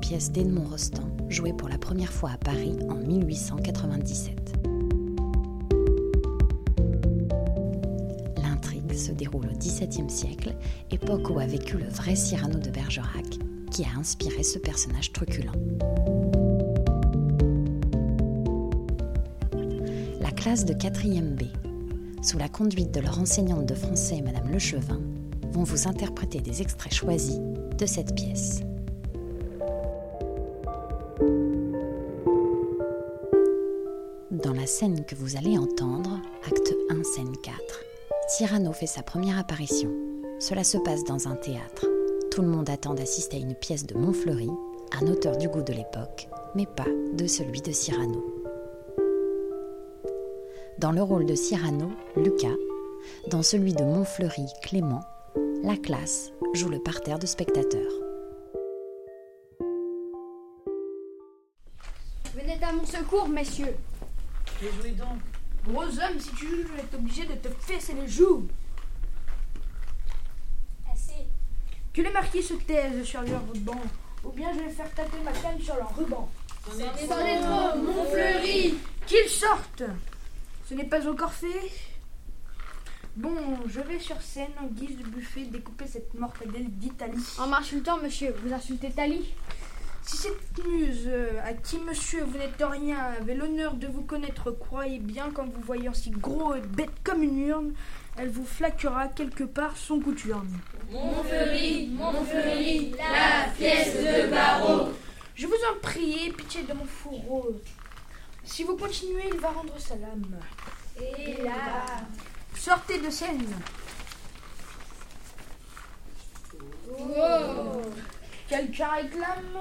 pièce d'Edmond Rostand, jouée pour la première fois à Paris en 1897. L'intrigue se déroule au XVIIe siècle, époque où a vécu le vrai Cyrano de Bergerac, qui a inspiré ce personnage truculent. La classe de 4e B, sous la conduite de leur enseignante de français, Madame Lechevin, vont vous interpréter des extraits choisis de cette pièce. Dans la scène que vous allez entendre, acte 1, scène 4, Cyrano fait sa première apparition. Cela se passe dans un théâtre. Tout le monde attend d'assister à une pièce de Montfleury, un auteur du goût de l'époque, mais pas de celui de Cyrano. Dans le rôle de Cyrano, Lucas, dans celui de Montfleury, Clément, la classe joue le parterre de spectateurs. Venez à mon secours, messieurs. Et jouez donc. Gros homme, si tu joues, je vais être obligé de te fesser les joues. Assez. Que les marquis se taisent sur leur ruban, ou bien je vais faire tâter ma canne sur leur ruban. C'en est trop, Montfleury Qu'ils sortent Ce n'est pas encore fait Bon, je vais sur scène en guise de buffet découper cette mortadelle d'Italie. En m'insultant, monsieur, vous insultez Tali Si cette muse euh, à qui monsieur vous n'êtes rien avait l'honneur de vous connaître, croyez bien qu'en vous voyant si gros et bête comme une urne, elle vous flaquera quelque part son coup de turne. Montfleury, Montfleury, la pièce de barreau Je vous en prie, pitié de mon fourreau. Si vous continuez, il va rendre sa lame. Et là, Sortez de scène. wow Quelqu'un réclame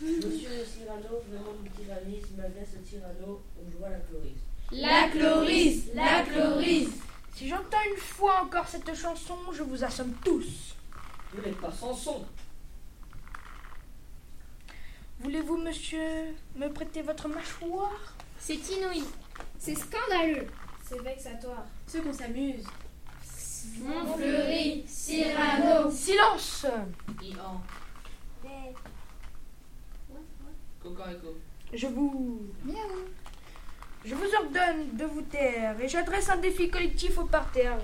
Monsieur Cyrano, vraiment du tyrannisme, malgré ce Cyrano, on joue à la chloris. La Chloris, la Chloris Si j'entends une fois encore cette chanson, je vous assomme tous. Vous n'êtes pas Samson. Voulez-vous, monsieur, me prêter votre mâchoire C'est inouï, c'est scandaleux C'est vexatoire. Ceux qu'on s'amuse. Montfleury, Cyrano Silence Ian. Cocorico. Je vous. Je vous ordonne de vous taire et j'adresse un défi collectif au parterre.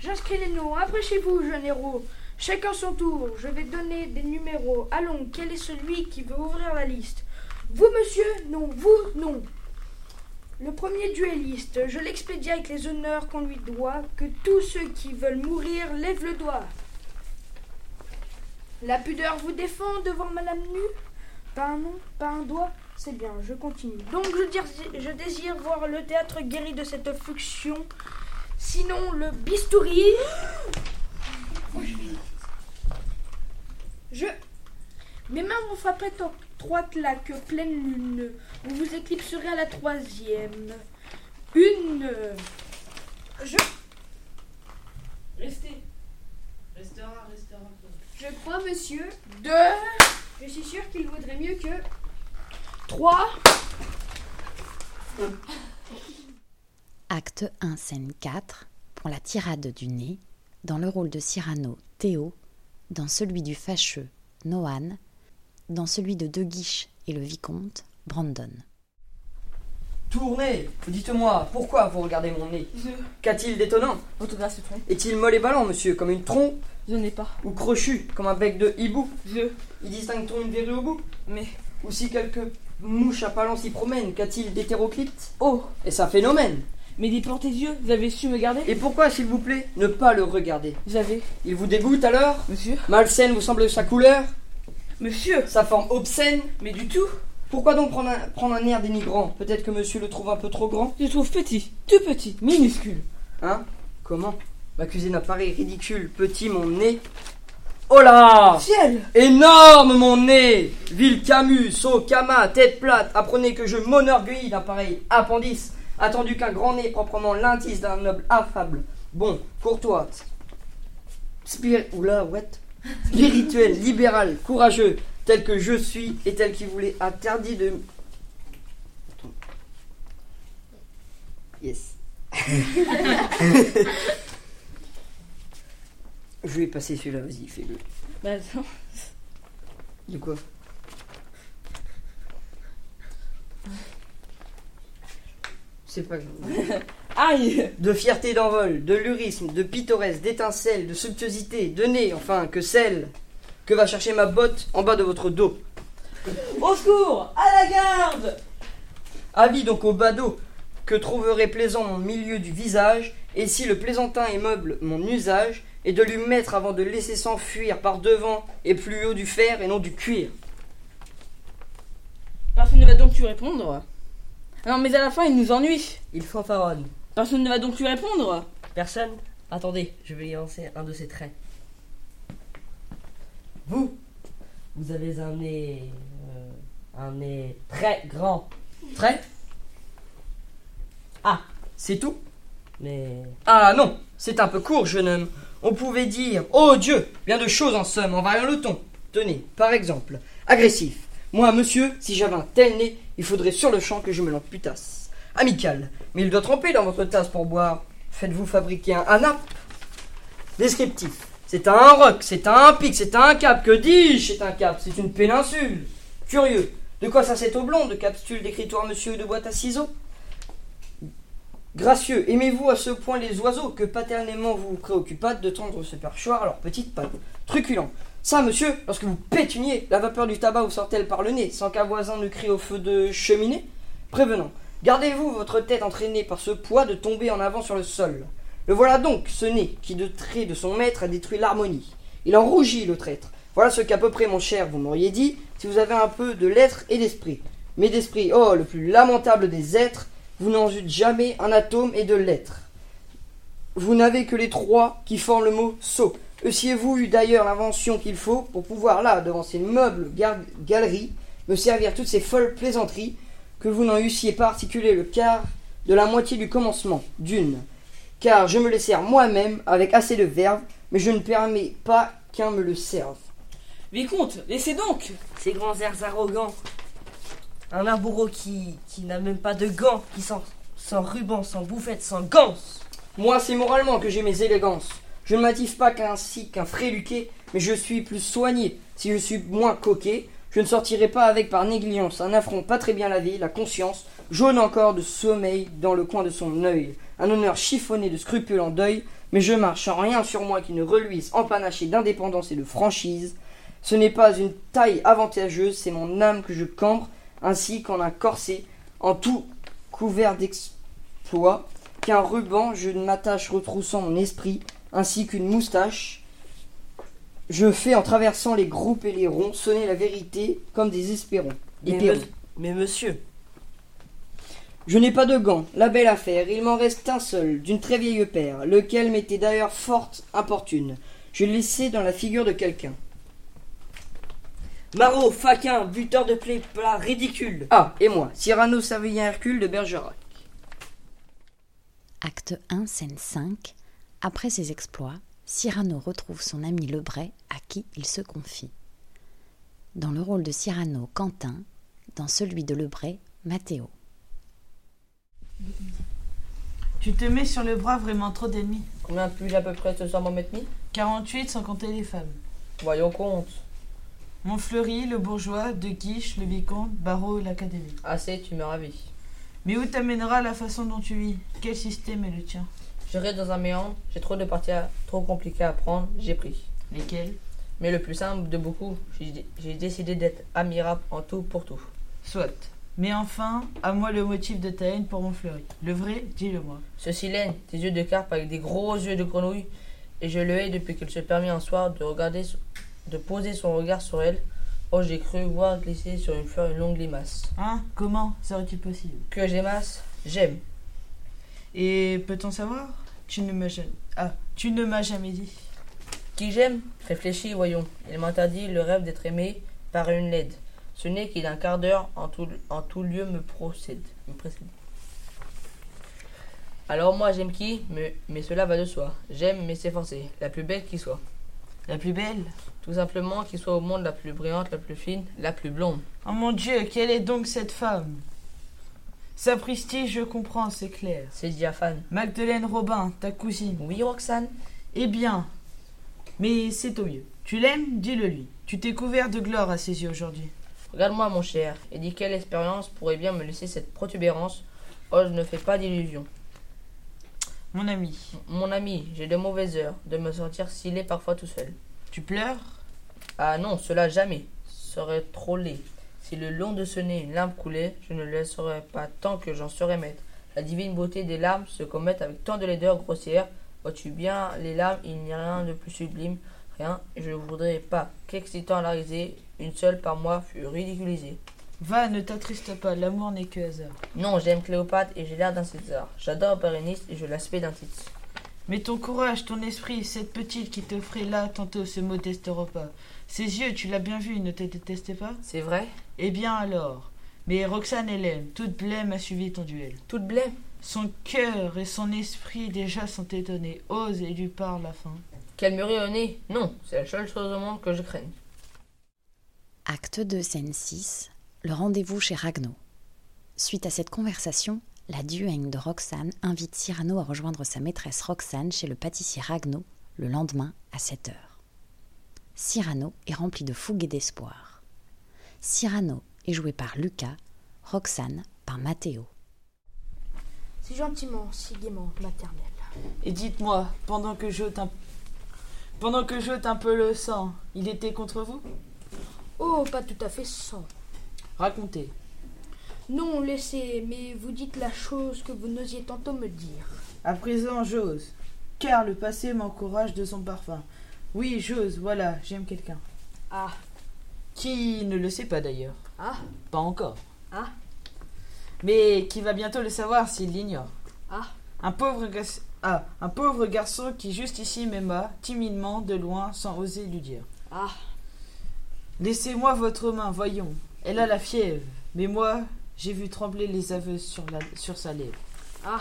J'inscris les noms, après chez vous, jeunes héros. Chacun son tour, je vais donner des numéros. Allons, quel est celui qui veut ouvrir la liste Vous, monsieur Non, vous, non. Le premier duelliste, je l'expédie avec les honneurs qu'on lui doit, que tous ceux qui veulent mourir lèvent le doigt. La pudeur vous défend devant Madame Nue Pas un nom, pas un doigt C'est bien, je continue. Donc je, dir- je désire voir le théâtre guéri de cette fuction, sinon le bistouri. Je. Mes mains vous frapperaient en trois claques pleine lune. Vous vous éclipserez à la troisième. Une. Je. Restez. Restera, restera. Je crois, monsieur, Deux. je suis sûre qu'il vaudrait mieux que... Trois. Acte 1, scène 4, pour la tirade du nez, dans le rôle de Cyrano, Théo, dans celui du fâcheux, Noan, dans celui de De Guiche et le vicomte, Brandon. Tournez Dites-moi, pourquoi vous regardez mon nez Qu'a-t-il d'étonnant Autographe Oh, se trompe. Est-il molle et ballant, monsieur, comme une trompe Je n'ai pas. Ou crochu, comme un bec de hibou Je. Y distingue-t-on une verrue au bout Mais. Ou si quelques mouches à palans s'y promènent, qu'a-t-il d'hétéroclite Oh Est-ce un phénomène Mais des tes yeux, vous avez su me garder Et pourquoi, s'il vous plaît, ne pas le regarder Vous avez. Il vous dégoûte alors Monsieur Malsaine vous semble sa couleur Monsieur Sa forme obscène Mais du tout Pourquoi donc prendre un, prendre un air dénigrant Peut-être que monsieur le trouve un peu trop grand Je le trouve petit, tout petit, minuscule. Hein Comment M'accuser d'un pareil ridicule, petit mon nez. Oh là Ciel Énorme mon nez Ville Camus, saut Kama, tête plate, apprenez que je m'enorgueillis d'un pareil appendice, attendu qu'un grand nez proprement l'indice d'un noble affable, bon, courtois, spir... Oula, what Spirituel, libéral, courageux, tel que je suis et tel qu'il voulait, interdit de... Attends. Yes. Je vais passer celui-là, vas-y, fais-le. Bah attends. De quoi C'est pas grave. Aïe De fierté d'envol, de lurisme, de pittoresque, d'étincelle, de somptuosité, de nez, enfin, que celle que va chercher ma botte en bas de votre dos. Au secours À la garde Avis donc au badaud que trouverait plaisant mon milieu du visage, et si le plaisantin est meuble mon usage, et de lui mettre avant de laisser s'enfuir par devant et plus haut du fer et non du cuir. Personne ne va donc lui répondre. Ah non, mais à la fin, il nous ennuie. Il fanfaronne. Personne ne va donc lui répondre. Personne Attendez, je vais y lancer un de ses traits. Vous Vous avez un nez. euh, un nez très grand. Très Ah, c'est tout Mais. Ah non, c'est un peu court, jeune homme. On pouvait dire Oh Dieu Bien de choses en somme, en variant le ton. Tenez, par exemple, agressif. Moi, monsieur, si j'avais un tel nez, il faudrait sur le champ que je me l'amputasse. Amical, mais il doit tremper dans votre tasse pour boire. Faites-vous fabriquer un anap Descriptif. C'est un roc, c'est un pic, c'est un cap. Que dis-je C'est un cap, c'est une péninsule. Curieux. De quoi ça cet oblong de capsule d'écritoire, monsieur, de boîte à ciseaux Gracieux, aimez-vous à ce point les oiseaux que paternellement vous vous préoccupâtes de tendre ce perchoir à leurs petites pattes Truculent. Ça, monsieur, lorsque vous pétuniez, la vapeur du tabac vous sort-elle par le nez, sans qu'un voisin ne crie au feu de cheminée Prévenant. Gardez-vous votre tête entraînée par ce poids de tomber en avant sur le sol. Le voilà donc, ce nez, qui de trait de son maître a détruit l'harmonie. Il en rougit, le traître. Voilà ce qu'à peu près, mon cher, vous m'auriez dit, si vous avez un peu de lettres et d'esprit. Mais d'esprit, oh, le plus lamentable des êtres, vous n'en eûtes jamais un atome et de lettres. Vous n'avez que les trois qui forment le mot sot. Eussiez-vous eu d'ailleurs l'invention qu'il faut pour pouvoir, là, devant ces meubles gar- galeries, me servir toutes ces folles plaisanteries que vous n'en eussiez pas articulé le quart de la moitié du commencement, d'une. Car je me les sers moi-même avec assez de verve, mais je ne permets pas qu'un me le serve. Vicomte, laissez donc Ces grands airs arrogants. Un abourreau qui, qui n'a même pas de gants, qui sans, sans ruban, sans bouffette, sans gants. Moi, c'est moralement que j'ai mes élégances. Je ne m'attive pas qu'ainsi qu'un fréluquet, mais je suis plus soigné. Si je suis moins coquet, je ne sortirai pas avec par négligence un affront pas très bien lavé, la conscience, jaune encore de sommeil dans le coin de son œil, un honneur chiffonné de scrupules en deuil, mais je marche en rien sur moi qui ne reluise empanaché d'indépendance et de franchise. Ce n'est pas une taille avantageuse, c'est mon âme que je cambre, ainsi qu'en un corset, en tout couvert d'exploits, qu'un ruban je ne m'attache retroussant mon esprit, ainsi qu'une moustache. Je fais en traversant les groupes et les ronds sonner la vérité comme des espérons. Mais, Éperons. me- mais monsieur, Je n'ai pas de gants, la belle affaire, il m'en reste un seul, d'une très vieille paire, lequel m'était d'ailleurs fort importune. Je le laissais dans la figure de quelqu'un. maraud, faquin, buteur de plaies, plat, ridicule. Ah, et moi, Cyrano Servien Hercule de Bergerac. Acte 1, scène 5. Après ses exploits, Cyrano retrouve son ami Lebray à qui il se confie. Dans le rôle de Cyrano, Quentin, dans celui de Lebray, Matteo. Tu te mets sur le bras vraiment trop d'ennemis. Combien plus à peu près ce soir, mon maître 48 sans compter les femmes. Voyons compte. Montfleury, le bourgeois, De Guiche, le vicomte, Barreau, l'académie. Assez, tu me ravis. Mais où t'amènera la façon dont tu vis Quel système est le tien J'irai dans un méandre, j'ai trop de parties à- trop compliquées à prendre, j'ai pris. Lesquels Mais le plus simple de beaucoup, j'ai j'ai décidé d'être admirable en tout pour tout. Soit. Mais enfin, à moi le motif de ta haine pour Montfleury. Le vrai, dis-le-moi. Ce silène, tes yeux de carpe avec des gros yeux de grenouille, et je le hais depuis qu'il se permit un soir de regarder, de poser son regard sur elle. Oh, j'ai cru voir glisser sur une fleur une longue limace. Hein Comment serait-il possible Que j'aimasse, j'aime. Et peut-on savoir Tu ne m'as jamais... Ah, tu ne m'as jamais dit. Qui j'aime Réfléchis, voyons. Il m'interdit le rêve d'être aimé par une laide. Ce n'est qu'il d'un quart d'heure en tout, en tout lieu me procède. Me précède. Alors moi j'aime qui mais, mais cela va de soi. J'aime mais c'est forcé. La plus belle qui soit. La plus belle Tout simplement qui soit au monde la plus brillante, la plus fine, la plus blonde. Oh mon Dieu, quelle est donc cette femme Sapristi, je comprends, c'est clair. C'est diaphane. Magdeleine Robin, ta cousine. Oui Roxane Eh bien, Mais c'est au mieux. Tu l'aimes, dis-le lui. Tu t'es couvert de gloire à ses yeux aujourd'hui. Regarde-moi, mon cher, et dis quelle expérience pourrait bien me laisser cette protubérance. Oh, je ne fais pas d'illusions. Mon ami, Mon ami, j'ai de mauvaises heures de me sentir s'il est parfois tout seul. tu pleures Ah non, cela jamais. Serait trop laid. Si le long de ce nez une larme coulait, je ne le laisserais pas tant que j'en saurais mettre. La divine beauté des larmes se commettent avec tant de laideur grossière. Vois-tu bien, les larmes, il n'y a rien de plus sublime, rien. et Je ne voudrais pas qu'excitant la risée, une seule par moi fût ridiculisée. Va, ne t'attriste pas, l'amour n'est que hasard. Non, j'aime Cléopâtre et j'ai l'air d'un César. J'adore Bérénice et je l'aspect d'un titre. Mais ton courage, ton esprit, cette petite qui t'offrait là tantôt ce modeste repas. Ses yeux, tu l'as bien vu, ne te détestait pas C'est vrai Eh bien alors. Mais Roxane, elle aime, toute blême a suivi ton duel. Toute blême Son cœur et son esprit déjà sont étonnés. Ose et lui parle afin. Qu'elle me rit au nez Non, c'est la seule chose au monde que je craigne. Acte 2, scène 6, le rendez-vous chez Ragno. Suite à cette conversation, la duègne de Roxane invite Cyrano à rejoindre sa maîtresse Roxane chez le pâtissier Ragno le lendemain à 7 heures. Cyrano est rempli de fougue et d'espoir. Cyrano est joué par Lucas, Roxane par Matteo. Si gentiment, si gaiement, maternelle. Et dites-moi, pendant que j'ôte un... Pendant que j'ôte un peu le sang, il était contre vous Oh, pas tout à fait sans. Racontez. Non, laissez, mais vous dites la chose que vous n'osiez tantôt me dire. À présent, j'ose. Car le passé m'encourage de son parfum. Oui, j'ose, voilà, j'aime quelqu'un. Ah. Qui ne le sait pas d'ailleurs. Ah. Pas encore. Ah. Mais qui va bientôt le savoir s'il l'ignore. Ah. Un pauvre garçon. Ah, un pauvre garçon qui juste ici m'aima, timidement, de loin, sans oser lui dire. Ah. Laissez-moi votre main, voyons. Elle a la fièvre, mais moi, j'ai vu trembler les aveux sur, la, sur sa lèvre. Ah.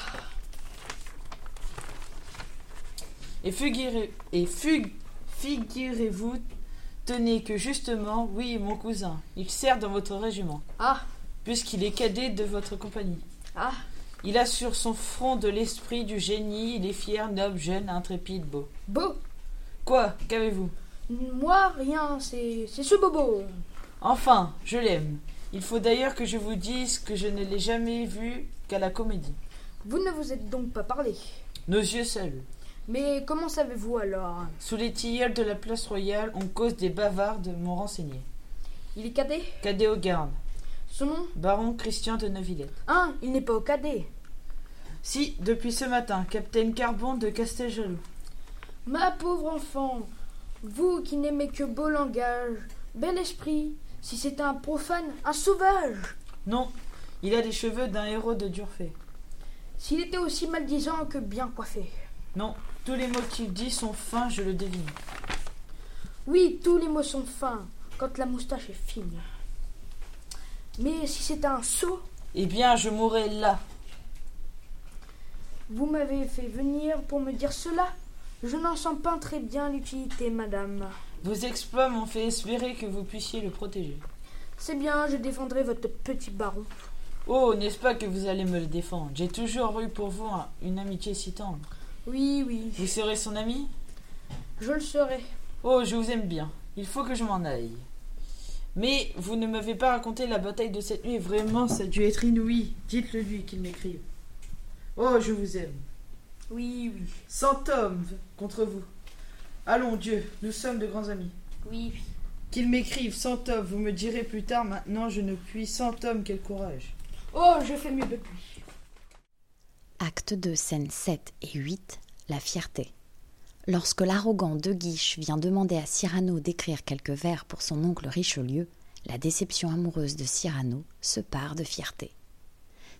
Et, figurez- et fugue- figurez-vous, tenez que justement, oui, mon cousin, il sert dans votre régiment. Ah. Puisqu'il est cadet de votre compagnie. Ah. Il a sur son front de l'esprit du génie, il est fier, noble, jeune, intrépide, beau. Beau. Quoi Qu'avez-vous Moi, rien, c'est c'est ce bobo. Enfin, je l'aime. Il faut d'ailleurs que je vous dise que je ne l'ai jamais vu qu'à la comédie. Vous ne vous êtes donc pas parlé. Nos yeux saluent. Mais comment savez-vous alors Sous les tilleuls de la place royale, on cause des bavards de mon renseigné. Il est cadet Cadet aux gardes, Son nom baron Christian de Neuvillette. Hein, il n'est pas au cadet. Si, depuis ce matin, capitaine Carbon de Casteljaloux. Ma pauvre enfant, vous qui n'aimez que beau langage, bel esprit, si c'est un profane, un sauvage, Non, il a les cheveux d'un héros de Durfé. s'il était aussi maldisant que bien coiffé. Non, tous les mots qu'il dit sont fins, je le devine. Oui, tous les mots sont fins quand la moustache est fine. Mais si c'est un sot, Eh bien, je mourrai là. vous m'avez fait venir pour me dire cela. Je n'en sens pas très bien l'utilité, madame. Vos exploits m'ont fait espérer que vous puissiez le protéger. C'est bien, je défendrai votre petit baron. Oh, n'est-ce pas que vous allez me le défendre J'ai toujours eu pour vous un- une amitié si tendre. Oui, oui, Vous serez son ami je le serai. Oh, je vous aime bien. Il faut que je m'en aille. Mais vous ne m'avez pas raconté la bataille de cette nuit. Vraiment, ça a dû être inouï. Dites-le lui qu'il m'écrit. Oh, je vous aime. Oui, oui. Cent hommes contre vous. Allons, Dieu, nous sommes de grands amis. Oui, oui. Qu'il m'écrive, cent hommes, vous me direz plus tard, maintenant je ne puis, cent hommes, quel courage. Oh, je fais mieux depuis. Acte 2, scènes 7 et 8, la fierté. Lorsque l'arrogant De Guiche vient demander à Cyrano d'écrire quelques vers pour son oncle Richelieu, la déception amoureuse de Cyrano se part de fierté.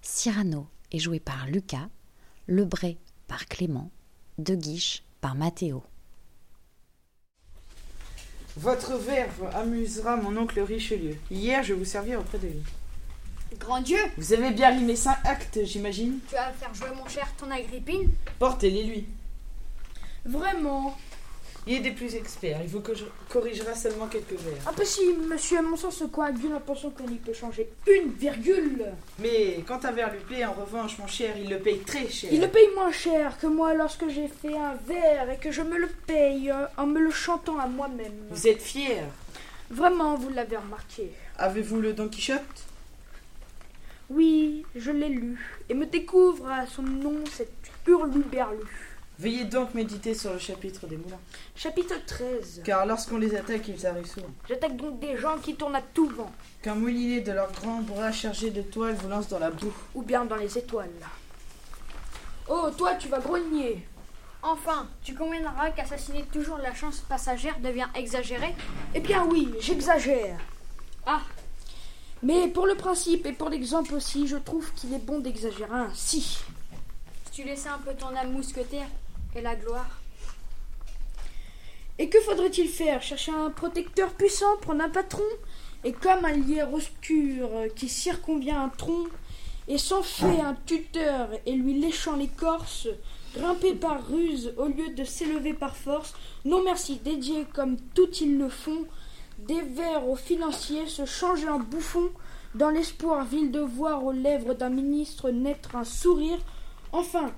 Cyrano est joué par Lucas, Lebray par Clément, De Guiche par Matteo. Votre verre amusera mon oncle Richelieu. Hier, je vous servis auprès de lui. Grand Dieu, Vous avez bien rimé cinq actes, j'imagine tu vas faire jouer mon cher ton Agrippine Portez-les lui. Vraiment Il est des plus experts. Il vous co- corrigera seulement quelques vers. Ah bah si, monsieur, à mon sens, se coagule en pensant qu'on y peut changer une virgule. Mais quand un verre lui plaît, en revanche, mon cher, il le paye très cher. Il le paye moins cher que moi lorsque j'ai fait un verre et que je me le paye euh, en me le chantant à moi-même. Vous êtes fier. Vraiment, vous l'avez remarqué. Avez-vous le Don Quichotte Oui, je l'ai lu et me découvre à son nom cette hurluberlu. Veillez donc méditer sur le chapitre des moulins. Chapitre 13. Car lorsqu'on les attaque, ils arrivent souvent. J'attaque donc des gens qui tournent à tout vent, Qu'un moulinet de leurs grands bras chargés de toile vous lance dans la boue. ou bien dans les étoiles. Oh, toi, tu vas grogner. Enfin, tu conviendras qu'assassiner toujours la chance passagère devient exagéré. Eh bien oui, j'exagère. Ah. Mais pour le principe et pour l'exemple aussi, je trouve qu'il est bon d'exagérer ainsi. Si tu laissais un peu ton âme mousquetaire et la gloire. Et que faudrait-il faire Chercher un protecteur puissant, prendre un patron Et comme un lierre obscur qui circonvient un tronc, et s'en fait un tuteur et lui léchant l'écorce, grimper par ruse au lieu de s'élever par force, non merci, dédier comme tout ils le font, des vers aux financiers, se changer en bouffon, dans l'espoir vil de voir aux lèvres d'un ministre naître un sourire, enfin,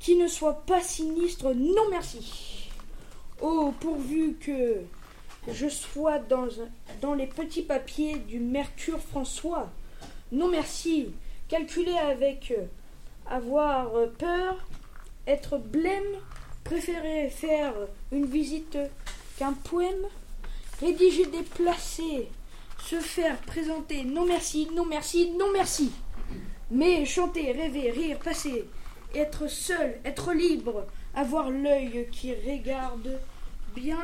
qui ne soit pas sinistre, non merci. Oh, pourvu que je sois dans, dans les petits papiers du Mercure François. Non merci. Calculer avec euh, avoir euh, peur, être blême, préférer faire une visite qu'un poème, rédiger des placés, se faire présenter. Non merci, non merci, non merci. Mais chanter, rêver, rire, passer, être seul, être libre, avoir l'œil qui regarde bien,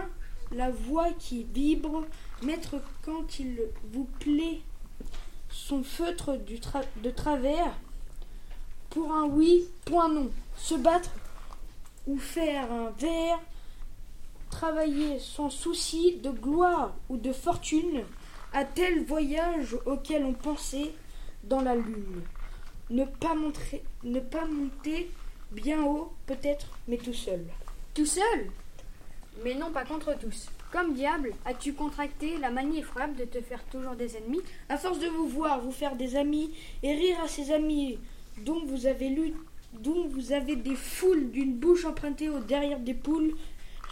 la voix qui vibre, mettre quand il vous plaît son feutre du tra- de travers pour un oui, pour un non, se battre ou faire un verre, travailler sans souci de gloire ou de fortune à tel voyage auquel on pensait dans la lune. Ne pas, montrer, ne pas monter bien haut, peut-être, mais tout seul. Tout seul Mais non, pas contre tous. Comme diable, as-tu contracté la manie effroyable de te faire toujours des ennemis À force de vous voir, vous faire des amis et rire à ces amis dont vous avez lu, dont vous avez des foules d'une bouche empruntée au derrière des poules,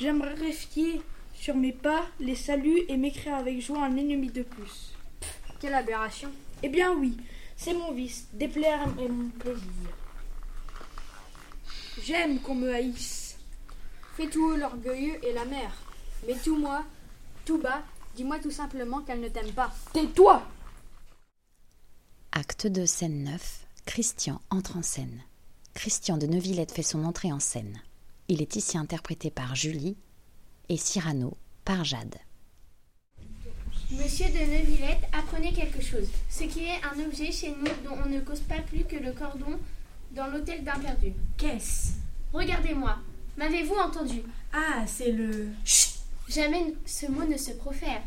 j'aimerais réfier sur mes pas, les saluts et m'écrire avec joie un ennemi de plus. Quelle aberration Eh bien oui, c'est mon vice, déplaire est mon plaisir. J'aime qu'on me haïsse. Fais tout haut l'orgueilleux et la mère. Mais tout moi, tout bas, dis-moi tout simplement qu'elle ne t'aime pas. Tais-toi Acte 2, scène 9. Christian entre en scène. Christian de Neuvillette fait son entrée en scène. Il est ici interprété par Julie et Cyrano par Jade. Monsieur de Neuvillette, apprenez quelque chose. Ce qui est un objet chez nous dont on ne cause pas plus que le cordon dans l'hôtel d'un perdu. Qu'est-ce Regardez-moi. M'avez-vous entendu Ah, c'est le. Chut Jamais n- ce mot ne se profère.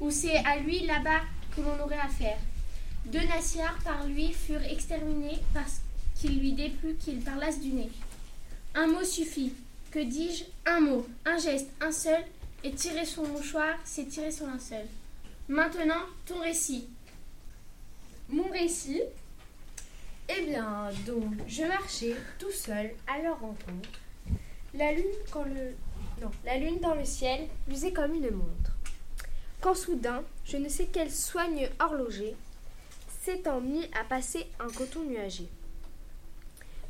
Ou c'est à lui là-bas que l'on aurait affaire. Deux nassiards par lui furent exterminés parce qu'il lui déplut qu'ils parlassent du nez. Un mot suffit. Que dis-je Un mot, un geste, un seul, et tirer son mouchoir, c'est tirer son linceul. Maintenant, ton récit. Mon récit Eh bien, donc, je marchais tout seul à leur rencontre. La lune, quand le... non, la lune dans le ciel luisait comme une montre. Quand soudain, je ne sais quel soigne horloger s'étant mis à passer un coton nuagé.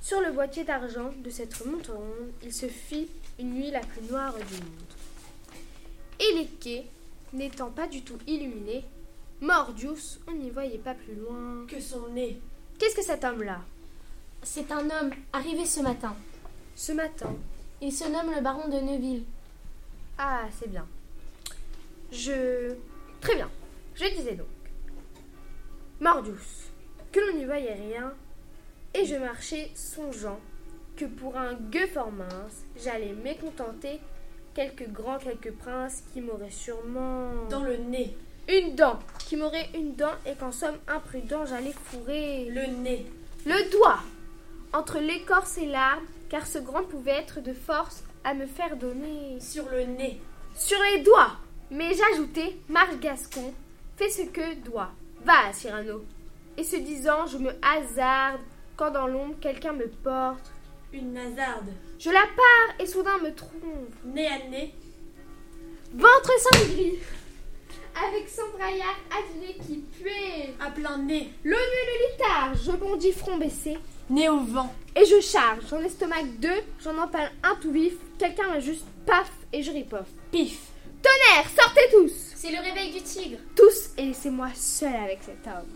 Sur le boîtier d'argent de cette montre ronde, il se fit une nuit la plus noire du monde. Et les quais, n'étant pas du tout illuminés, Mordius, on n'y voyait pas plus loin que son nez. Qu'est-ce que cet homme-là C'est un homme arrivé ce matin. Ce matin Il se nomme le baron de Neuville. Ah, c'est bien. Je. Très bien. Je disais donc. Mordius, que l'on n'y voyait rien, et je marchais songeant que pour un gueux fort mince, j'allais mécontenter quelque grand, quelque prince qui m'aurait sûrement. Dans le nez. Une dent Qui m'aurait une dent et qu'en somme imprudent, j'allais fourrer. Le nez. Le doigt Entre l'écorce et l'arbre, car ce grand pouvait être de force à me faire donner. Sur le nez. Sur les doigts Mais j'ajoutais Marc Gascon, fais ce que doit. Va, Cyrano Et ce disant, je me hasarde quand dans l'ombre quelqu'un me porte. Une nazarde. Je la pars et soudain me trompe. Nez à nez. Ventre sans gris Avec son braillard adulé qui puait. À plein nez. Le nul le litard Je bondis front baissé. Nez au vent. Et je charge. J'en estomac deux, j'en empale un tout vif. Quelqu'un m'a juste paf et je ripoffe. Pif. Tonnerre, sortez tous C'est le réveil du tigre. Tous et laissez-moi seul avec cet homme.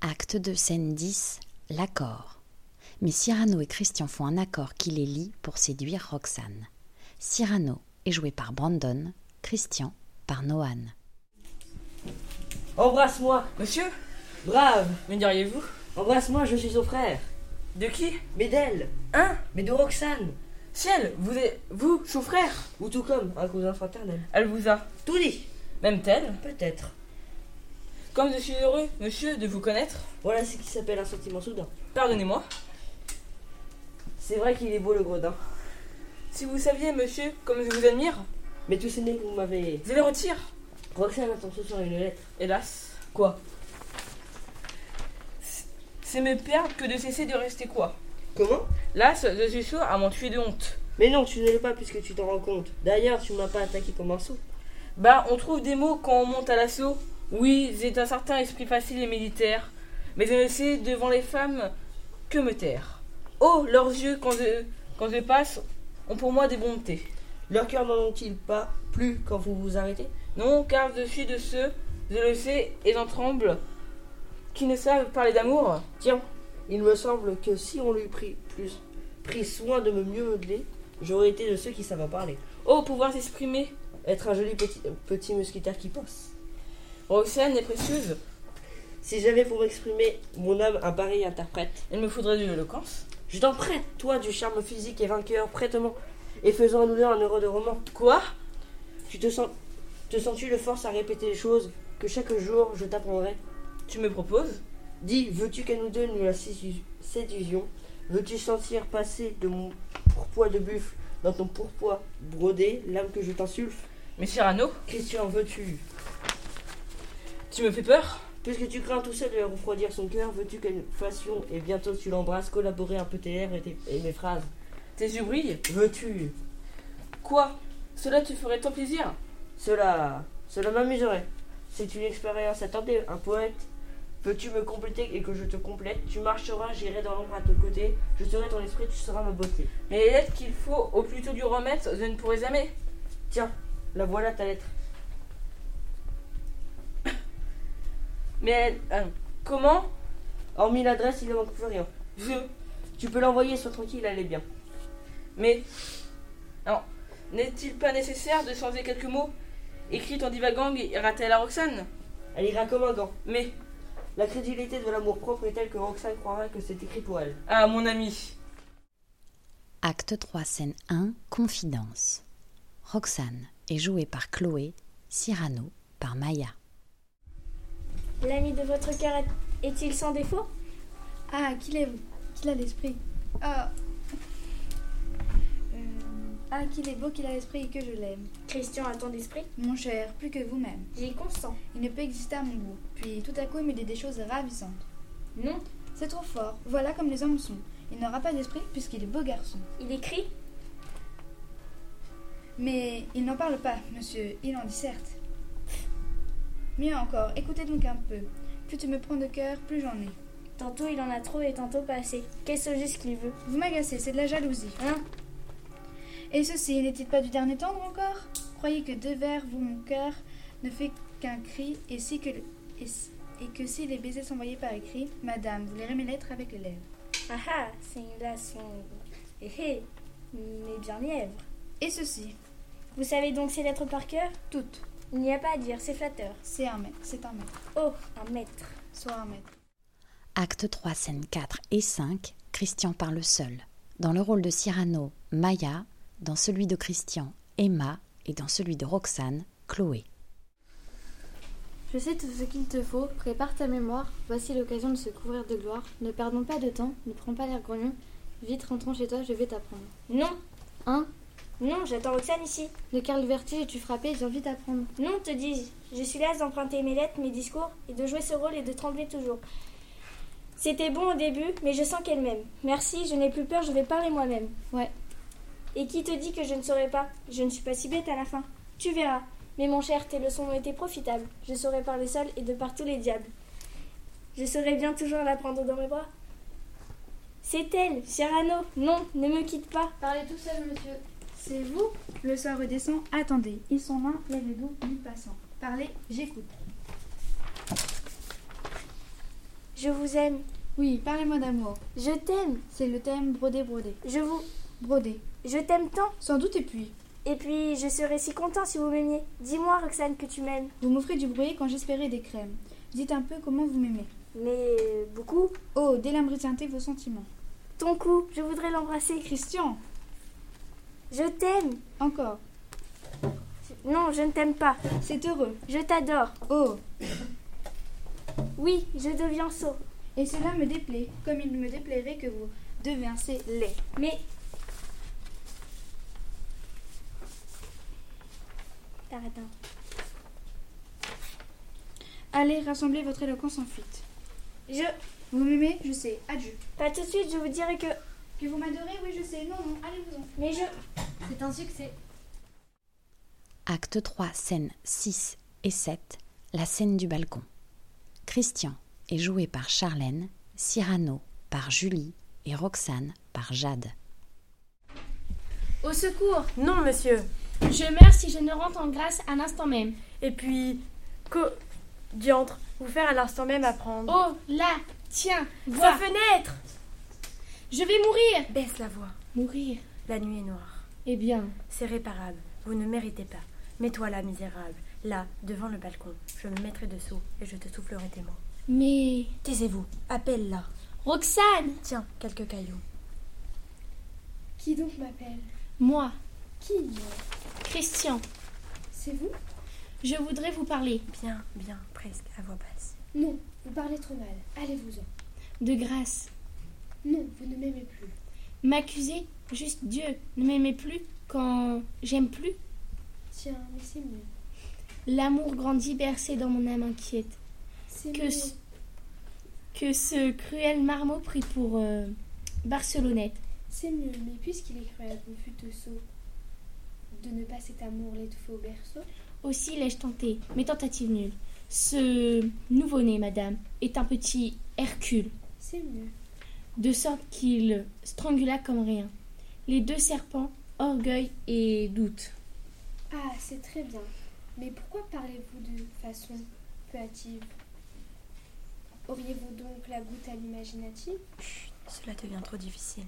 Acte 2, scène 10, l'accord. Mais Cyrano et Christian font un accord qui les lie pour séduire Roxane. Cyrano est joué par Brandon, Christian par Noan. Embrasse-moi, Monsieur brave. Me diriez-vous Embrasse-moi, je suis son frère. De qui Mais d'elle, Hein mais de Roxane. Ciel Vous êtes. Vous, son frère Ou tout comme un cousin fraternel. Elle vous a. Tout dit. Même tel Peut-être. Comme je suis heureux, monsieur, de vous connaître. Voilà ce qui s'appelle un sentiment soudain. Pardonnez-moi. C'est vrai qu'il est beau le gredin. Si vous saviez, monsieur, comme je vous admire, Mais tous ces nez que vous m'avez. je les retire. Roxane attend ce soir une lettre. Hélas. Quoi C'est me perdre que de cesser de rester quoi Comment Là, je suis sûr à m'en tuer de honte. Mais non, tu ne l'es pas puisque tu t'en rends compte. D'ailleurs, tu m'as pas attaqué comme un sou. Bah, on trouve des mots quand on monte à l'assaut. Oui, j'ai un certain esprit facile et militaire, mais je ne sais devant les femmes que me taire. Oh, leurs yeux, quand je, quand je passe, ont pour moi des bontés. Leur cœur n'en ont-ils pas plus quand vous vous arrêtez Non, car je suis de ceux, je le sais et j'en tremble, qui ne savent parler d'amour. Tiens, il me semble que si on lui prit plus pris soin de me mieux modeler, j'aurais été de ceux qui savent en parler. Oh, pouvoir s'exprimer. Être un joli petit, petit mousquetaire qui pense. Roxane est précieuse. Si j'avais pour m'exprimer mon âme un pareil interprète, Il me faudrait d'une éloquence. je t'en prête, toi, du charme physique et vainqueur, prêtement, et faisant l'honneur un heureux de roman. Quoi Tu te sens, te sens-tu le force à répéter les choses que chaque jour je t'apprendrai Tu me proposes Dis, veux-tu qu'à nous deux nous la sédu- séduisions Veux-tu sentir passer de mon pourpoint de buffle dans ton pourpoint brodé l'âme que je t'insulfe Mais Cyrano, Christian, veux-tu tu me fais peur Puisque tu crains tout ça de refroidir son cœur, veux-tu que nous fassions, et bientôt tu l'embrasses, collaborer un peu tes lèvres et, tes- et mes phrases Tes yeux brillent Veux-tu Quoi Cela te ferait tant plaisir Cela. Cela m'amuserait. C'est une expérience. Attendez, un poète. Peux-tu me compléter et que je te complète Tu marcheras, j'irai dans l'ombre à ton côté. Je serai ton esprit, tu seras ma beauté. Mais les lettres qu'il faut au plus tôt lui remettre, je ne pourrai jamais. Tiens, la voilà ta lettre. Mais euh, comment Hormis l'adresse, il ne manque plus rien. je Tu peux l'envoyer, sois tranquille, elle est bien. Mais. Alors, n'est-il pas nécessaire de changer quelques mots Écrite en divagang, ira-t-elle à Roxane Elle ira comme un gant. Mais. La crédulité de l'amour propre est telle que Roxane croira que c'est écrit pour elle. Ah, mon ami Acte 3, scène 1, confidence. Roxane est jouée par Chloé, Cyrano par Maya. L'ami de votre cœur est-il sans défaut Ah, qu'il est qu'il a l'esprit. Ah. Euh, Ah, qu'il est beau, qu'il a l'esprit et que je l'aime. Christian a tant d'esprit Mon cher, plus que vous-même. J'y consens. Il ne peut exister à mon goût. Puis tout à coup, il me dit des choses ravissantes. Non, C'est trop fort. Voilà comme les hommes sont. Il n'aura pas d'esprit puisqu'il est beau garçon. il écrit Mais il n'en parle pas, monsieur. Il en dit certes. Mieux encore, écoutez donc un peu. Plus tu me prends de cœur, plus j'en ai. Tantôt il en a trop et tantôt pas assez. Qu'est-ce au juste qu'il veut Vous m'agacez, c'est de la jalousie. Hein Et ceci, n'est-il pas du dernier tendre encore Croyez que deux vers, vous, mon cœur, ne fait qu'un cri, et, si que, et, si- et que si les baisers s'envoyaient par écrit, Madame, vous lirez mes lettres avec les lèvres. Ah ah, c'est une Eh, son. Hé hé, mais bien lièvre. Et ceci, Vous savez donc ces lettres par cœur toutes, Il n'y a pas à dire, c'est flatteur. c'est un maître, c'est un maître, Oh, un maître. soit un maître. Acte 3, scène 4 et 5, Christian parle seul. Dans le rôle de Cyrano, Maya, dans celui de Christian, Emma, et dans celui de Roxane, Chloé. Je sais tout ce qu'il te faut, prépare ta mémoire, voici l'occasion de se couvrir de gloire. Ne perdons pas de temps, ne prends pas l'air grognon, vite rentrons chez toi, je vais t'apprendre. Non Hein Non, j'attends Roxane ici. Ne car le vertige es-tu frappé J'ai envie d'apprendre. Non, te dis-je, je suis lasse d'emprunter mes lettres, mes discours et de jouer ce rôle et de trembler toujours. C'était bon au début, mais je sens qu'elle m'aime. Merci, je n'ai plus peur, je vais parler moi-même. Ouais. Et qui te dit que je ne saurais pas Je ne suis pas si bête à la fin. Tu verras. Mais mon cher, tes leçons ont été profitables. Je saurai parler seule et de par tous les diables. Je saurai bien toujours la prendre dans mes bras. C'est elle, Cyrano. Non, ne me quitte pas. Parlez tout seul, monsieur. C'est vous Le soir redescend. Attendez, ils sont là, lèvez-vous, nul passant. Parlez, j'écoute. Je vous aime. Oui, parlez-moi d'amour. Je t'aime. C'est le thème brodé brodé. Je vous. Brodé. Je t'aime tant. Sans doute et puis. Et puis, je serais si content si vous m'aimiez. Dis-moi, Roxane, que tu m'aimes. Vous m'offrez du bruit quand j'espérais des crèmes. Dites un peu comment vous m'aimez. Mais beaucoup. Oh, délimbritientez vos sentiments. Ton cou, je voudrais l'embrasser. Christian Je t'aime. Encore. Non, je ne t'aime pas. C'est heureux. Je t'adore. Oh Oui, je deviens sot. Et cela me déplaît, comme il me déplairait que vous devinssiez laid. Mais. Pardon. Allez, rassemblez votre éloquence en fuite. Je. Vous m'aimez Je sais. Adieu. Pas tout de suite, je vous dirai que. Que vous m'adorez Oui, je sais. Non, non, allez-vous-en. Mais je. C'est un succès. Acte 3, scènes 6 et 7, la scène du balcon. Christian est joué par Charlène, Cyrano par Julie et Roxane par Jade. Au secours Non, monsieur. Je meurs si je ne rentre en grâce à l'instant même. Et puis, co... diantre, vous faire à l'instant même apprendre. Oh, là Tiens Sa Vois fenêtre Je vais mourir Baisse la voix. Mourir La nuit est noire. Eh bien, C'est réparable. Vous ne méritez pas. Mets-toi là, misérable. Là, devant le balcon. Je me mettrai dessous et je te soufflerai tes mots. mais... Taisez-vous. Appelle-la. Roxane Tiens, quelques cailloux. Qui donc m'appelle Moi, Qui moi Christian, C'est vous je voudrais vous parler. Bien, bien, presque, à voix basse. Non, vous parlez trop mal. Allez-vous-en. De grâce. Non, vous ne m'aimez plus. M'accuser Juste Dieu, ne m'aimez plus quand j'aime plus Tiens, mais c'est mieux. L'amour grandit bercé dans mon âme inquiète. C'est Que mieux. ce, que ce cruel marmot prit pour euh, Barcelonnette. C'est mieux, mais puisqu'il est cruel, vous fûtes sot de ne pas cet amour l'étouffer au berceau. Aussi l'ai-je tenté, mes tentatives nulles. Ce nouveau-né, madame, est un petit Hercule, C'est mieux. de sorte qu'il strangula comme rien. Les deux serpents, orgueil et doute. Ah, c'est très bien. Mais pourquoi parlez-vous de façon peu hâtive Auriez-vous donc la goutte à l'imaginative Cela devient trop difficile.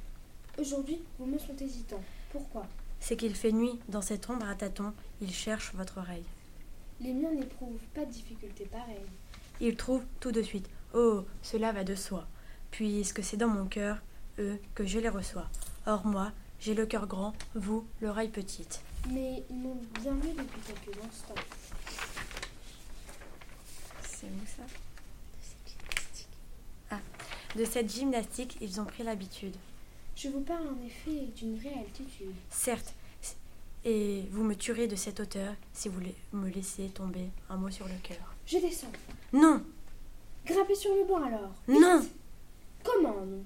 Aujourd'hui, vos mots sont hésitants. Pourquoi C'est qu'il fait nuit. Dans cette ombre à tâtons, il cherche votre oreille. Les miens n'éprouvent pas de difficulté pareille. Il trouve tout de suite. Oh, cela va de soi. Puisque c'est dans mon cœur, eux, que je les reçois. Or, moi, j'ai le cœur grand, vous, l'oreille petite. Mais ils m'ont bien mieux depuis quelques instants. C'est où ça Ah, de cette gymnastique, ils ont pris l'habitude. Je vous parle en effet d'une vraie altitude. Certes, et vous me tuerez de cette hauteur si vous la- me laissez tomber un mot sur le cœur. Je descends. Non, Grimpez sur le banc alors. non Comment non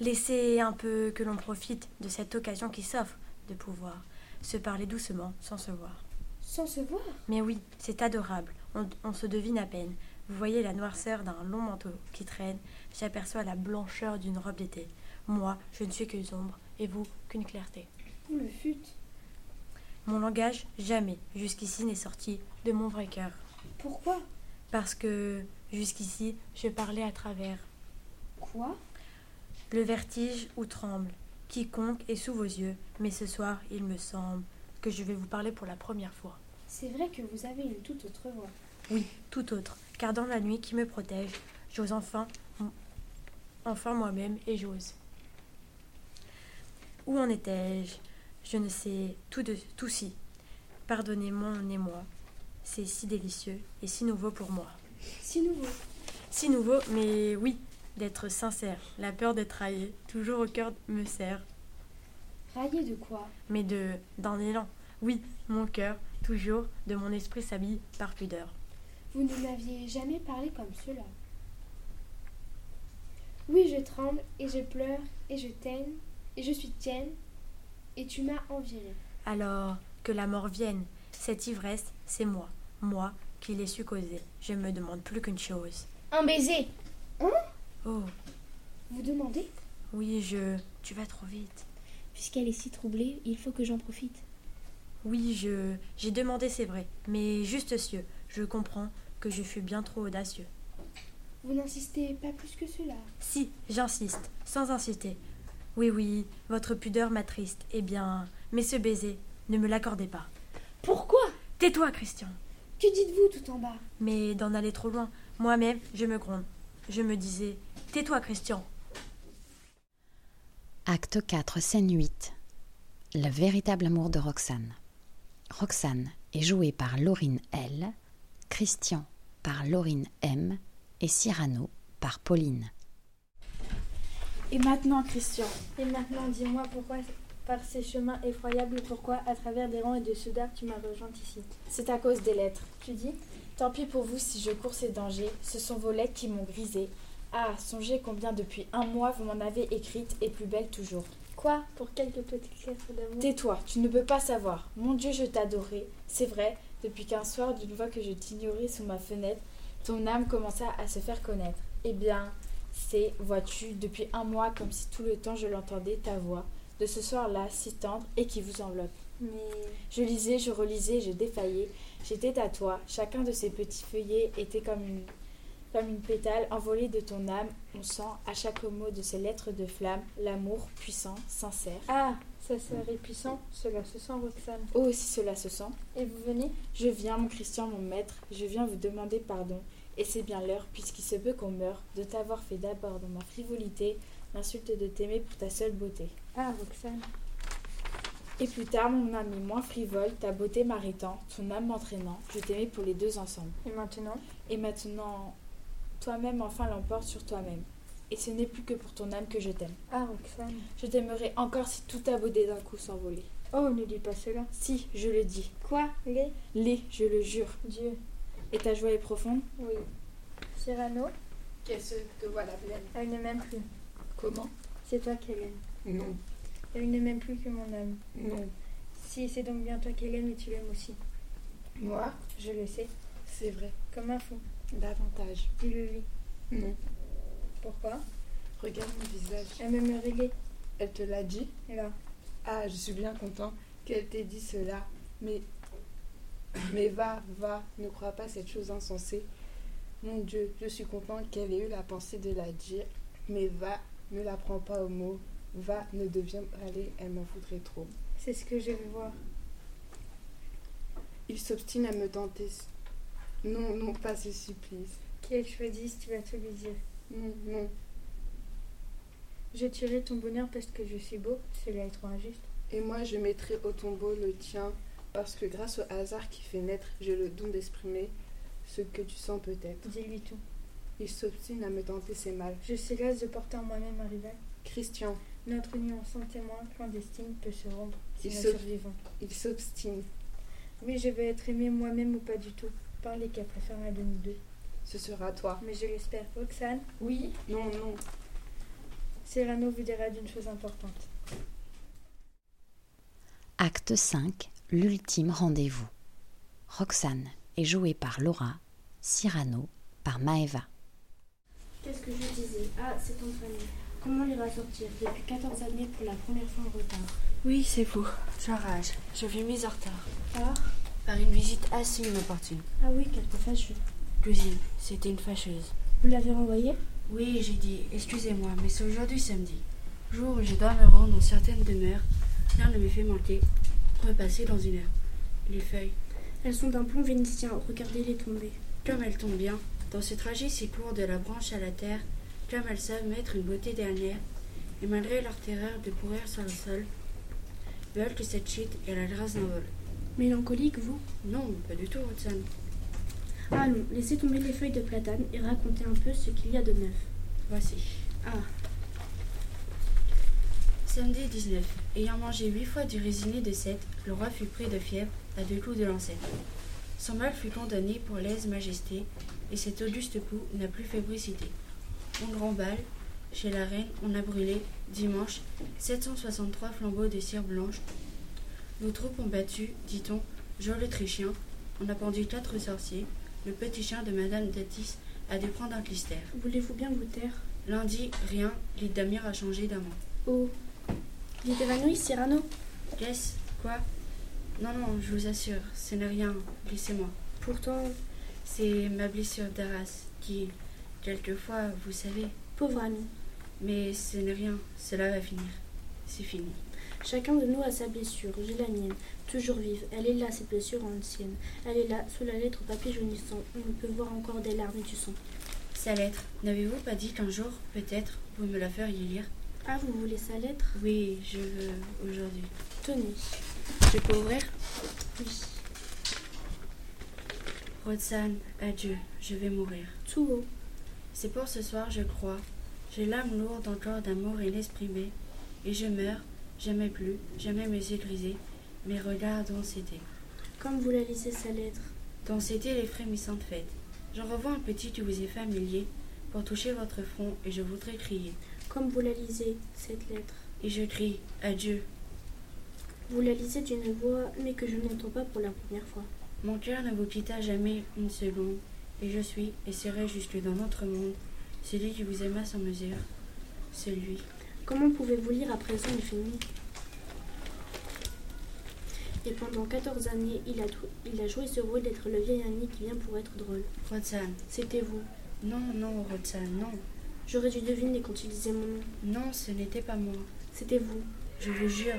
Laissez un peu que l'on profite de cette occasion qui s'offre de pouvoir se parler doucement sans se voir. Sans se voir Mais oui, c'est adorable, on, on se devine à peine. Vous voyez la noirceur d'un long manteau qui traîne, j'aperçois la blancheur d'une robe d'été. Moi, je ne suis qu'une ombre, et vous, qu'une clarté. Vous le fûtes. Mon langage, jamais, jusqu'ici, n'est sorti de mon vrai cœur. Pourquoi Parce que, jusqu'ici, je parlais à travers. Quoi Le vertige où tremble quiconque est sous vos yeux, mais ce soir, il me semble que je vais vous parler pour la première fois. C'est vrai que vous avez une toute autre voix. Oui, tout autre, car dans la nuit qui me protège, j'ose enfin, enfin moi-même et j'ose. Où en étais-je Je ne sais tout de tout si. Pardonnez mon émoi. C'est si délicieux et si nouveau pour moi. Si nouveau. Si nouveau, mais oui, d'être sincère. La peur d'être trahi, toujours au cœur me serre. Raillé de quoi mais de d'un élan. Oui, mon cœur, toujours, de mon esprit s'habille par pudeur. Vous ne m'aviez jamais parlé comme cela. Oui, je tremble et je pleure et je t'aime et je suis tienne et tu m'as enviée. Alors que la mort vienne, cette ivresse, c'est moi, moi qui l'ai su causer. Je me demande plus qu'une chose. Un baiser Hein Oh, Vous demandez oui, je. Tu vas trop vite. Puisqu'elle est si troublée, il faut que j'en profite. Oui, je. J'ai demandé, c'est vrai, mais juste cieux, je comprends que je fus bien trop audacieux. Vous n'insistez pas plus que cela. Si, j'insiste, sans inciter. Oui, oui, votre pudeur m'attriste. Eh bien, mais ce baiser, ne me l'accordez pas. Pourquoi Tais-toi, Christian. Que dites-vous tout en bas Mais d'en aller trop loin, moi-même, je me gronde. Je me disais, tais-toi, Christian. Acte 4, scène 8. Le véritable amour de Roxane. Roxane est jouée par Laurine L, Christian par Laurine M et Cyrano par Pauline. Et maintenant, Christian Et maintenant, dis-moi pourquoi, par ces chemins effroyables, pourquoi, à travers des rangs et des soudards, tu m'as rejointe ici C'est à cause des lettres. Tu dis Tant pis pour vous si je cours ces dangers, ce sont vos lettres qui m'ont grisée. Ah, songez combien depuis un mois vous m'en avez écrite et plus belle toujours. Quoi Pour quelques petites lettres d'amour Tais-toi, tu ne peux pas savoir. Mon Dieu, je t'adorais. C'est vrai, depuis qu'un soir, d'une voix que je t'ignorais sous ma fenêtre, ton âme commença à se faire connaître. Eh bien, c'est, vois-tu, depuis un mois, comme si tout le temps je l'entendais, ta voix, de ce soir-là, si tendre et qui vous enveloppe. Mais. Je lisais, je relisais, je défaillais. J'étais à toi. Chacun de ces petits feuillets était comme une, comme une pétale envolée de ton âme. On sent à chaque mot de ces lettres de flamme l'amour puissant, sincère. Ah, ça serait puissant, cela se sent, Roxane. Oh, si cela se sent. Et vous venez Je viens, mon Christian, mon maître, je viens vous demander pardon. Et c'est bien l'heure, puisqu'il se peut qu'on meure, de t'avoir fait d'abord dans ma frivolité l'insulte de t'aimer pour ta seule beauté. Ah, Roxane. Et plus tard, mon ami moins frivole, ta beauté m'arrêtant, ton âme m'entraînant, je t'aimais pour les deux ensemble. Et maintenant Et maintenant, toi-même enfin l'emporte sur toi-même. Et ce n'est plus que pour ton âme que je t'aime. Ah, Roxane. Je t'aimerais encore si toute ta beauté d'un coup s'envolait. Oh, ne dis pas cela. Si, je le dis. Quoi Les Les, je le jure. Dieu. Et ta joie est profonde Oui. Cyrano, Qu'est-ce que voilà, Blaine elle ne m'aime plus. Comment C'est toi qu'elle aime. Non, Elle ne m'aime plus que mon âme. non. Si, c'est donc bien toi qu'elle aime et tu l'aimes aussi. Moi, Je le sais, c'est vrai. comme un fou. Davantage. Dis-le lui. Non. Pourquoi Regarde mon visage. Elle me me régler. Elle te l'a dit Là. Ah, je suis bien content qu'elle t'ait dit cela. Mais. Mais va, va, ne crois pas cette chose insensée. Mon Dieu, je suis content qu'elle ait eu la pensée de la dire. Mais va, ne la prends pas au mot. Va, ne deviens aller, elle m'en voudrait trop. C'est ce que je veux voir. Il s'obstine à me tenter. Non, non, pas ce supplice. Qu'elle choisisse, tu vas tout lui dire. Non, non. Je tuerai ton bonheur parce que je suis beau, cela est trop injuste. Et moi, je mettrai au tombeau le tien, parce que grâce au hasard qui fait naître, j'ai le don d'exprimer ce que tu sens peut-être. Dis-lui tout. Il s'obstine à me tenter ses mal. Je suis lasse de porter en moi-même un rival. Christian, Notre union sans témoin clandestine peut se rompre si Il nous se- survivons. il s'obstine. Oui, je vais être aimée moi-même ou pas du tout par les qu'elle préfère un de nous deux. Ce sera toi. Mais je l'espère. Roxane, Oui Non, non. Cyrano vous dira d'une chose importante. Acte 5, l'ultime rendez-vous. Roxane est jouée par Laura, Cyrano par Maeva. Qu'est-ce que je disais Ah, c'est ton famille. Comment les va sortir Depuis 14 années pour la première fois en retard. Oui, c'est vous. J'enrage. Je suis mise en retard. Par Par une visite assez inopportune. Ah oui, quelque fâcheux. Cousine, c'était une fâcheuse. Vous l'avez renvoyé Oui, j'ai dit, excusez-moi, mais c'est aujourd'hui samedi. Jour où je dois me rendre dans certaines demeures. L'un ne me fait manquer. Repasser dans une heure. Les feuilles, Elles sont d'un plomb vénitien, regardez-les tomber. comme elles tombent bien, dans ce trajet si court de la branche à la terre, comme elles savent mettre une beauté dernière, et malgré leur terreur de pourrir sur le sol, veulent que cette chute ait la grâce d'un vol. Mélancolique, vous Non, pas du tout, Watson. Allons, Ah, laissez tomber les feuilles de platane et Ah. racontez un peu ce qu'il y a de neuf. Voici. Ah. Samedi 19. Ayant mangé huit fois du résiné de Sète, le roi fut pris de fièvre à deux coups de lancette. Son mal fut condamné pour lèse majesté, et cet auguste coup n'a plus fébricité. On grand bal, chez la reine, on a brûlé, dimanche, 763 flambeaux de cire blanche. Nos troupes ont battu, dit-on, Jean l'Autrichien. On a pendu quatre sorciers. Le petit chien de Madame Datis a dû prendre un clistère. Voulez-vous bien vous taire Lundi, rien, l'île d'Amir a changé d'amant. Oh, il est évanoui, Cyrano. Qu'est-ce Quoi Non, non, je vous assure, ce n'est rien, laissez-moi. Pourtant, c'est ma blessure d'Arras qui, quelquefois, vous savez. Pauvre ami. Mais ce n'est rien, cela va finir. C'est fini. Chacun de nous a sa blessure, j'ai la mienne, toujours vive. Elle est là, cette blessure ancienne. Elle est là, sous la lettre au papier jaunissant. On peut voir encore des larmes et du sang. Sa lettre, n'avez-vous pas dit qu'un jour, peut-être, vous me la feriez lire Ah, vous voulez sa lettre Oui, je veux aujourd'hui. Tenez. Je peux ouvrir Oui. Roxane, adieu, je vais mourir. Tout haut. C'est pour ce soir, je crois. J'ai l'âme lourde encore d'amour et l'esprit mai, et je meurs, jamais plus, jamais mes yeux grisés, mes regards dont c'était. Comme vous la lisez sa lettre. Dont c'était les frémissantes fêtes. J'en revois un petit qui vous est familier, pour toucher votre front, et je voudrais crier. Comme vous la lisez, cette lettre. Et je crie, adieu. Vous la lisez d'une voix, mais que je n'entends pas pour la première fois. Mon cœur ne vous quitta jamais une seconde, et je suis, et serai jusque dans notre monde, celui qui vous aima sans mesure, celui. Comment pouvez-vous lire à présent l'infini Et pendant 14 années, il a, tou- il a joué ce rôle d'être le vieil ami qui vient pour être drôle. Roxane. C'était vous. Non, non, Roxane, non. J'aurais dû deviner quand il disait mon nom. Non, ce n'était pas moi. C'était vous. Je vous jure.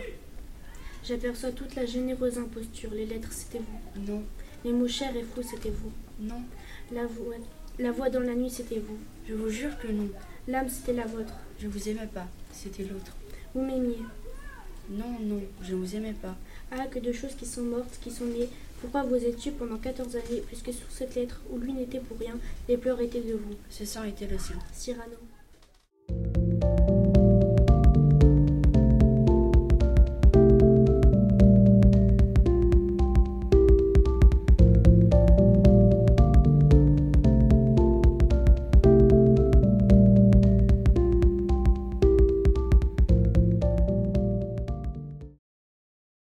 J'aperçois toute la généreuse imposture. Les lettres, c'était vous. Non. Les mots chers et fous, c'était vous. Non. La voix, la voix dans la nuit, c'était vous. Je vous jure que non. L'âme, c'était la vôtre. Je vous aimais pas. C'était l'autre. Vous m'aimiez. Non, non, je vous aimais pas. Ah, que de choses qui sont mortes, qui sont nées. Pourquoi vous êtes tués pendant 14 années, puisque sur cette lettre, où lui n'était pour rien, les pleurs étaient de vous. Ce sang était le sien. Cyrano.